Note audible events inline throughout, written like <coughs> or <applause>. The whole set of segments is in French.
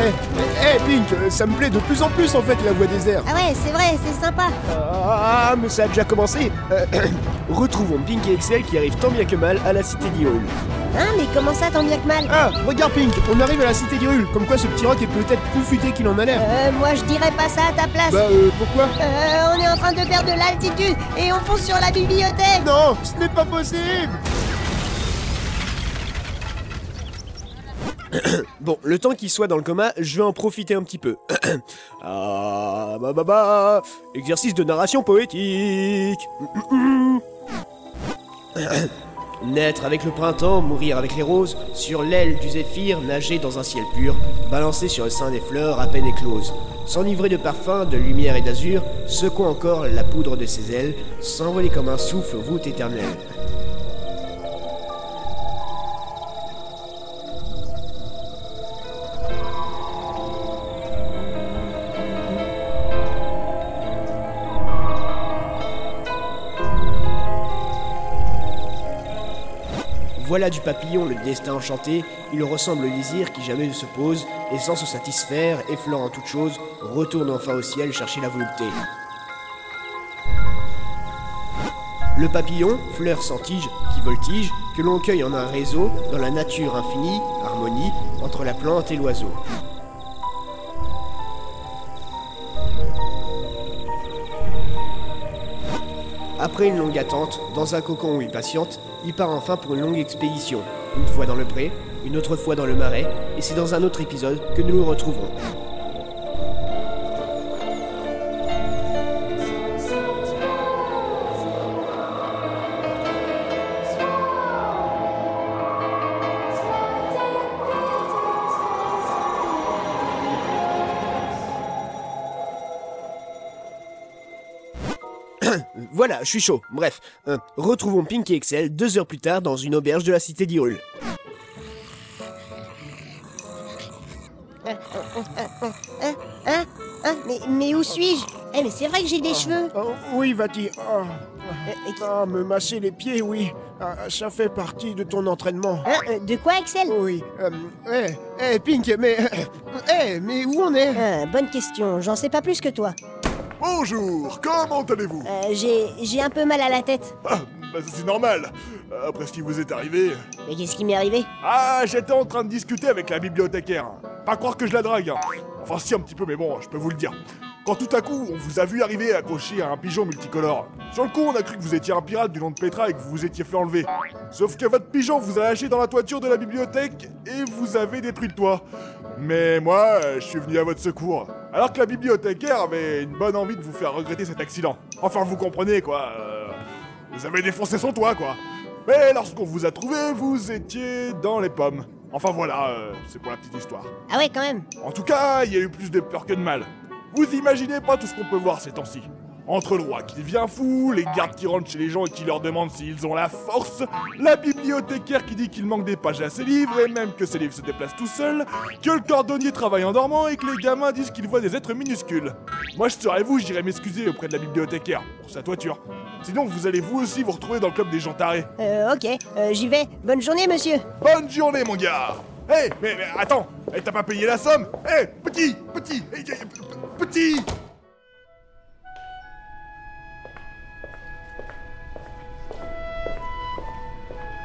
Eh, eh, eh, Pink, euh, ça me plaît de plus en plus en fait la voix des airs. Ah ouais, c'est vrai, c'est sympa. Ah, mais ça a déjà commencé. Euh, <coughs> Retrouvons Pink et Excel qui arrivent tant bien que mal à la cité d'Irul. Hein, mais comment ça tant bien que mal Ah, regarde Pink, on arrive à la cité d'Irul. Comme quoi ce petit rock est peut-être plus futé qu'il en a l'air. Euh, moi je dirais pas ça à ta place. Bah, euh, pourquoi Euh, on est en train de perdre de l'altitude et on fonce sur la bibliothèque. Non, ce n'est pas possible <coughs> Bon, le temps qu'il soit dans le coma, je vais en profiter un petit peu. <coughs> ah, bah bah bah Exercice de narration poétique Naître avec le printemps, mourir avec les roses, sur l'aile du zéphyr, nager dans un ciel pur, balancer sur le sein des fleurs à peine écloses, s'enivrer de parfums, de lumière et d'azur, secouant encore la poudre de ses ailes, s'envoler comme un souffle voûte éternelle. Voilà du papillon le destin enchanté, il ressemble au désir qui jamais ne se pose, et sans se satisfaire, effleurant en toute chose, retourne enfin au ciel chercher la volupté. Le papillon, fleur sans tige, qui voltige, que l'on cueille en un réseau, dans la nature infinie, harmonie, entre la plante et l'oiseau. Après une longue attente, dans un cocon où il patiente, il part enfin pour une longue expédition. Une fois dans le pré, une autre fois dans le marais, et c'est dans un autre épisode que nous nous retrouverons. Voilà, je suis chaud. Bref, euh, retrouvons Pink et Excel deux heures plus tard dans une auberge de la cité d'Irul. Hein, hein, hein, mais, mais où suis-je Eh, mais c'est vrai que j'ai des cheveux. Oh, oui, Vati. Ah, Euh, ex- ah, me masser les pieds, oui. Ah, ça fait partie de ton entraînement. hein, euh, de quoi, Axel Oui. Euh, Eh, eh, Pink, mais. Eh, mais où on est Ah, Bonne question, j'en sais pas plus que toi. Bonjour, comment allez-vous Euh, j'ai j'ai un peu mal à la tête. Ah, bah, C'est normal, Euh, après ce qui vous est arrivé. Mais qu'est-ce qui m'est arrivé Ah, j'étais en train de discuter avec la bibliothécaire. Pas croire que je la drague. hein. Enfin si un petit peu, mais bon, je peux vous le dire. Quand tout à coup, on vous a vu arriver accroché à un pigeon multicolore. Sur le coup, on a cru que vous étiez un pirate du nom de Petra et que vous vous étiez fait enlever. Sauf que votre pigeon vous a lâché dans la toiture de la bibliothèque et vous avez détruit le toit. Mais moi, euh, je suis venu à votre secours. Alors que la bibliothécaire avait une bonne envie de vous faire regretter cet accident. Enfin, vous comprenez quoi. euh, vous avez défoncé son toit quoi. Mais lorsqu'on vous a trouvé, vous étiez dans les pommes. Enfin voilà, euh, c'est pour la petite histoire. Ah ouais, quand même. En tout cas, il y a eu plus de peur que de mal. Vous imaginez pas tout ce qu'on peut voir ces temps-ci. Entre le roi qui devient fou, les gardes qui rentrent chez les gens et qui leur demandent s'ils ont la force, la bibliothécaire qui dit qu'il manque des pages à ses livres et même que ses livres se déplacent tout seuls, que le cordonnier travaille en dormant et que les gamins disent qu'ils voient des êtres minuscules. Moi je serais vous, j'irais m'excuser auprès de la bibliothécaire pour sa toiture. Sinon vous allez vous aussi vous retrouver dans le club des gens tarés. Euh, ok, euh, j'y vais. Bonne journée, monsieur. Bonne journée, mon gars Hé, mais, mais attends Eh, T'as pas payé la somme Hé, petit Petit eh, eh, eh, Petit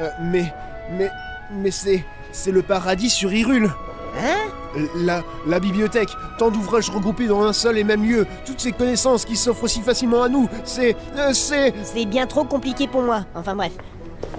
Euh, mais, mais, mais c'est, c'est le paradis sur Irul. Hein Euh, La, la bibliothèque, tant d'ouvrages regroupés dans un seul et même lieu, toutes ces connaissances qui s'offrent si facilement à nous, c'est, euh, c'est. C'est bien trop compliqué pour moi. Enfin bref.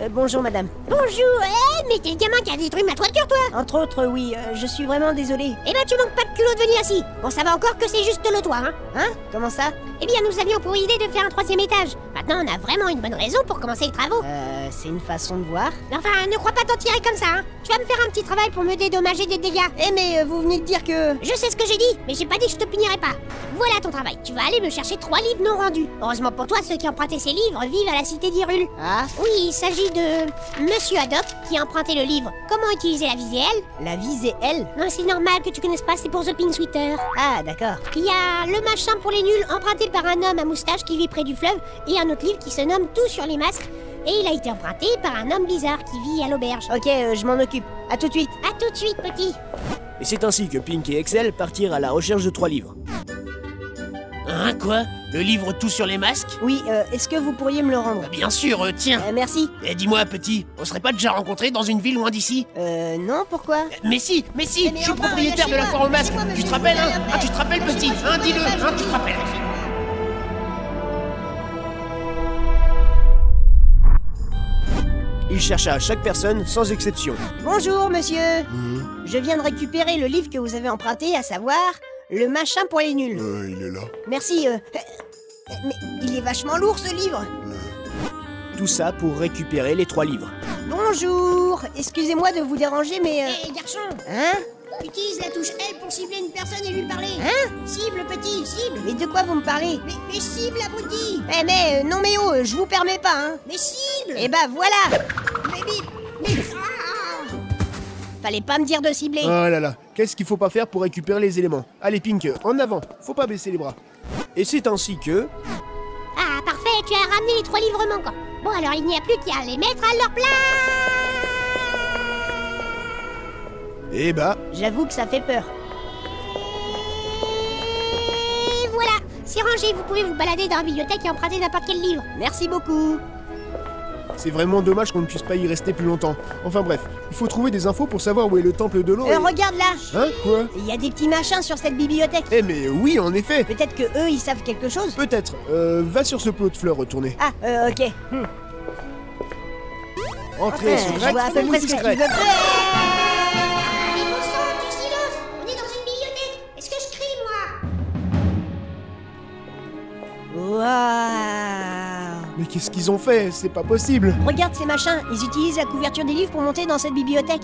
Euh, bonjour, madame. Bonjour, eh, mais t'es le gamin qui a détruit ma toiture, toi Entre autres, oui, euh, je suis vraiment désolée. Eh ben, tu manques pas de culot de venir ici Bon, ça va encore que c'est juste le toit, hein Hein Comment ça Eh bien, nous avions pour idée de faire un troisième étage. Maintenant, on a vraiment une bonne raison pour commencer les travaux. Euh, c'est une façon de voir. Mais Enfin, ne crois pas t'en tirer comme ça, hein Tu vas me faire un petit travail pour me dédommager des dégâts. Eh, mais euh, vous venez de dire que. Je sais ce que j'ai dit, mais j'ai pas dit que je te punirais pas. Voilà ton travail, tu vas aller me chercher trois livres non rendus. Heureusement pour toi, ceux qui empruntaient ces livres vivent à la cité d'Irul. Ah, Oui, il s'agit de Monsieur Haddock qui a emprunté le livre Comment utiliser la visuelle. la visée, elle Non, c'est normal que tu connaisses pas, c'est pour The Pink Sweater. Ah, d'accord. Il y a Le machin pour les nuls emprunté par un homme à moustache qui vit près du fleuve et un autre livre qui se nomme Tout sur les masques et il a été emprunté par un homme bizarre qui vit à l'auberge. Ok, euh, je m'en occupe. À tout de suite. À tout de suite, petit. Et c'est ainsi que Pink et Excel partirent à la recherche de trois livres. Hein, quoi Le livre Tout sur les masques Oui, euh, est-ce que vous pourriez me le rendre Bah, Bien sûr, euh, tiens. Euh, Merci. Eh, dis-moi, petit, on serait pas déjà rencontrés dans une ville loin d'ici Euh, non, pourquoi Mais si, mais si, Eh, mais je suis enfin, propriétaire de la lâchez-moi, foire aux masques. lâchez-moi, Tu te monsieur, rappelles, vous avez hein rien Ah, tu te fait. rappelles, Lâchez-moi, petit je Hein, vous dis-le, connais pas, hein, je tu te vous rappelles Il chercha à chaque personne, sans exception. Bonjour, monsieur. Je viens de récupérer le livre que vous avez emprunté, à savoir Le machin pour les nuls. Euh, il est là. Merci. euh, euh, mais il est vachement lourd ce livre. Tout ça pour récupérer les trois livres. Bonjour. Excusez-moi de vous déranger, mais. euh, Hé, Eh, garçon, hein utilise la touche L pour cibler une personne et lui parler. Hein Cible, petit, cible. Mais de quoi vous me parlez Mais, mais cible, abruti. Eh mais euh, non mais oh, euh, je vous permets pas hein. Mais cible. Eh bah voilà. Mais, mais, mais- ah Fallait pas me dire de cibler. Oh là là, qu'est-ce qu'il faut pas faire pour récupérer les éléments Allez Pink, en avant, faut pas baisser les bras. Et c'est ainsi que... Ah, parfait, tu as ramené les trois livres manquants. Bon, alors il n'y a plus qu'à les mettre à leur place. Eh bah, J'avoue que ça fait peur. Et voilà, c'est rangé, vous pouvez vous balader dans la bibliothèque et emprunter n'importe quel livre. Merci beaucoup. c'est vraiment dommage qu'on ne puisse pas y rester plus longtemps. Enfin bref, il faut trouver des infos pour savoir où est le temple de l'eau. Euh, regarde là. Hein, quoi Il y a des petits machins sur cette bibliothèque. Eh mais oui, en effet Peut-être que eux ils savent quelque chose. Peut-être. Euh, va sur ce plot de fleurs retourné. Ah euh, ok. Hmm. Entrée Euh, je secrète, vois à peu ou près ce que tu veux discrète faire. Mais bon sang, du silence On est dans une bibliothèque Est-ce que je crie, moi Waouh. Mais qu'est-ce qu'ils ont fait C'est pas possible <laughs> Regarde ces machins, ils utilisent la couverture des livres pour monter dans cette bibliothèque.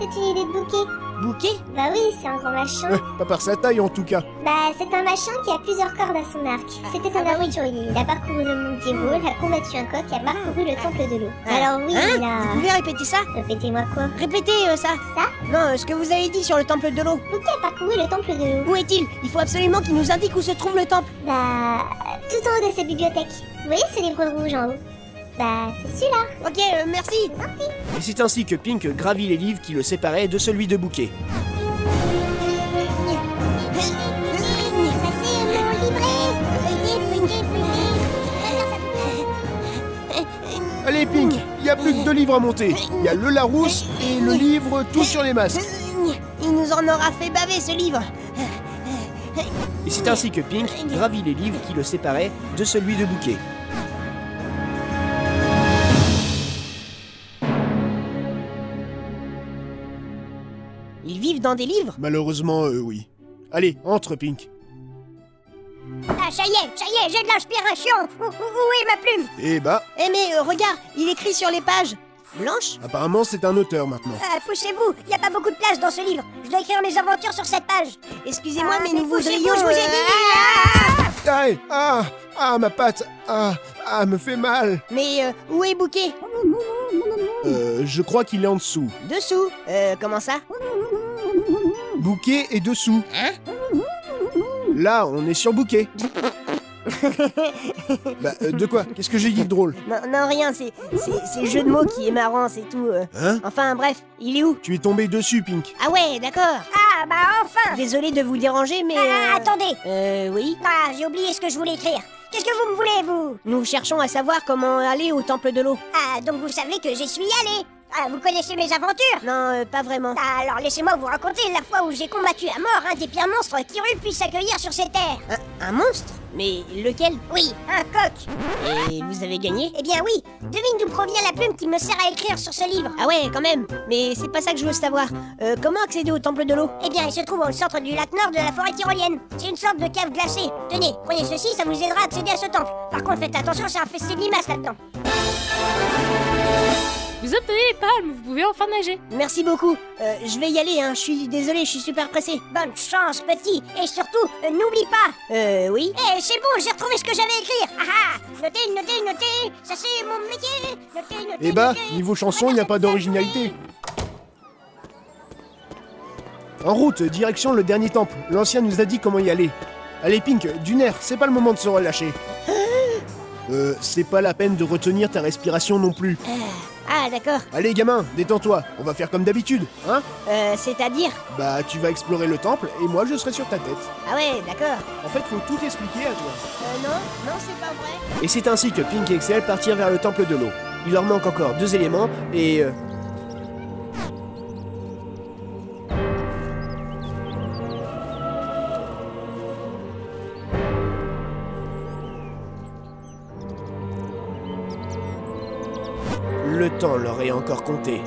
C'est une idée de bouquet. Bouquet Bah oui, c'est un grand machin. Ouais, Pas par sa taille en tout cas. Bah, c'est un machin qui a plusieurs cordes à son arc. Ah. C'était bah un aventurier. Il a parcouru le monde des Gaules, a combattu un coq et a parcouru le temple de l'eau. Alors oui, Ah. Hein il Vous a... pouvez répéter ça Répétez-moi quoi Répétez euh, ça. Ça Non, euh, ce que vous avez dit sur le temple de l'eau. Bouquet a parcouru le temple de l'eau. Où est-il Il faut absolument qu'il nous indique où se trouve le temple. Bah... Tout en haut de cette bibliothèque. Vous voyez ce livre rouge en haut Bah, c'est celui-là. Ok, euh, merci. Et c'est ainsi que Pink gravit les livres qui le séparaient de celui de Bouquet. Ça c'est mon Allez Pink, il y a plus que deux livres à monter. Il y a le Larousse et le livre Tout sur les masques. Il nous en aura fait baver ce livre. Et c'est ainsi que Pink gravit les livres qui le séparaient de celui de Bouquet. Ils vivent dans des livres Malheureusement, euh, oui. Allez, entre Pink. Ah, ça y est, ça y est, j'ai de l'inspiration où, où- où est ma plume Eh bah, Eh mais euh, regarde, il écrit sur les pages. Blanche apparemment c'est un auteur maintenant. Ah, poussez-vous, il n'y a pas beaucoup de place dans ce livre. Je dois écrire mes aventures sur cette page. Excusez-moi, Ah, mais mais nous poussez-vous, voudrions... je vous ai euh, dit. ah, Aïe, ah, ah, ma patte, ah, ah, me fait mal. Mais euh, où est Bouquet Euh, je crois qu'il est en dessous. Dessous. Euh, comment ça Bouquet est dessous. Là, on est sur <laughs> Bouquet. bah, euh, de quoi Qu'est-ce que j'ai dit de drôle Non, non, rien, c'est... C'est c'est le jeu de mots qui est marrant, c'est tout. euh. Hein Enfin, bref, il est où Tu es tombé dessus, Pink. Ah ouais, d'accord. Ah, bah enfin Désolé de vous déranger, mais... Ah, euh, attendez Euh, oui Ah, j'ai oublié ce que je voulais écrire. Qu'est-ce que vous me voulez, vous Nous cherchons à savoir comment aller au temple de l'eau. Ah, donc vous savez que j'y suis allé Ah, vous connaissez mes aventures Non, euh, pas vraiment. Ah, alors laissez-moi vous raconter la fois où j'ai combattu à mort un des pires monstres qui aurait pu s'accueillir sur ces terres. Un, un monstre Mais lequel Oui, un coq. Et vous avez gagné Eh bien oui, devine d'où provient la plume qui me sert à écrire sur ce livre. Ah ouais, quand même Mais c'est pas ça que je veux savoir. Euh, comment accéder au temple de l'eau Eh bien, il se trouve au centre du lac nord de la forêt tyrolienne. C'est une sorte de cave glacée. Tenez, prenez ceci, ça vous aidera à accéder à ce temple. Par contre, faites attention, c'est infesté de limaces là-dedans. Vous obtenez les palmes, vous pouvez enfin nager. Merci beaucoup. Euh, je vais y aller, hein. Je suis désolé, je suis super pressé. Bonne chance, petit, et surtout, euh, n'oublie pas. Euh, oui Eh, c'est bon, j'ai retrouvé ce que j'avais à écrire. Ah ah Notez, notez, notez, ça c'est mon métier. Notez, notez, Eh bah, notez. niveau chanson, il n'y a pas d'originalité. En route, direction le dernier temple. L'ancien nous a dit comment y aller. Allez, Pink, d'une air, c'est pas le moment de se relâcher. Euh, c'est pas la peine de retenir ta respiration non plus. Euh, Ah, d'accord. Allez, gamin, détends-toi. On va faire comme d'habitude, hein Euh, c'est-à-dire Bah, tu vas explorer le temple et moi, je serai sur ta tête. Ah ouais, d'accord. En fait, faut tout expliquer à toi. Euh, non, non, c'est pas vrai. Et c'est ainsi que Pink et Excel partirent vers le temple de l'eau. Il leur manque encore deux éléments et. euh, Le temps leur est encore compté.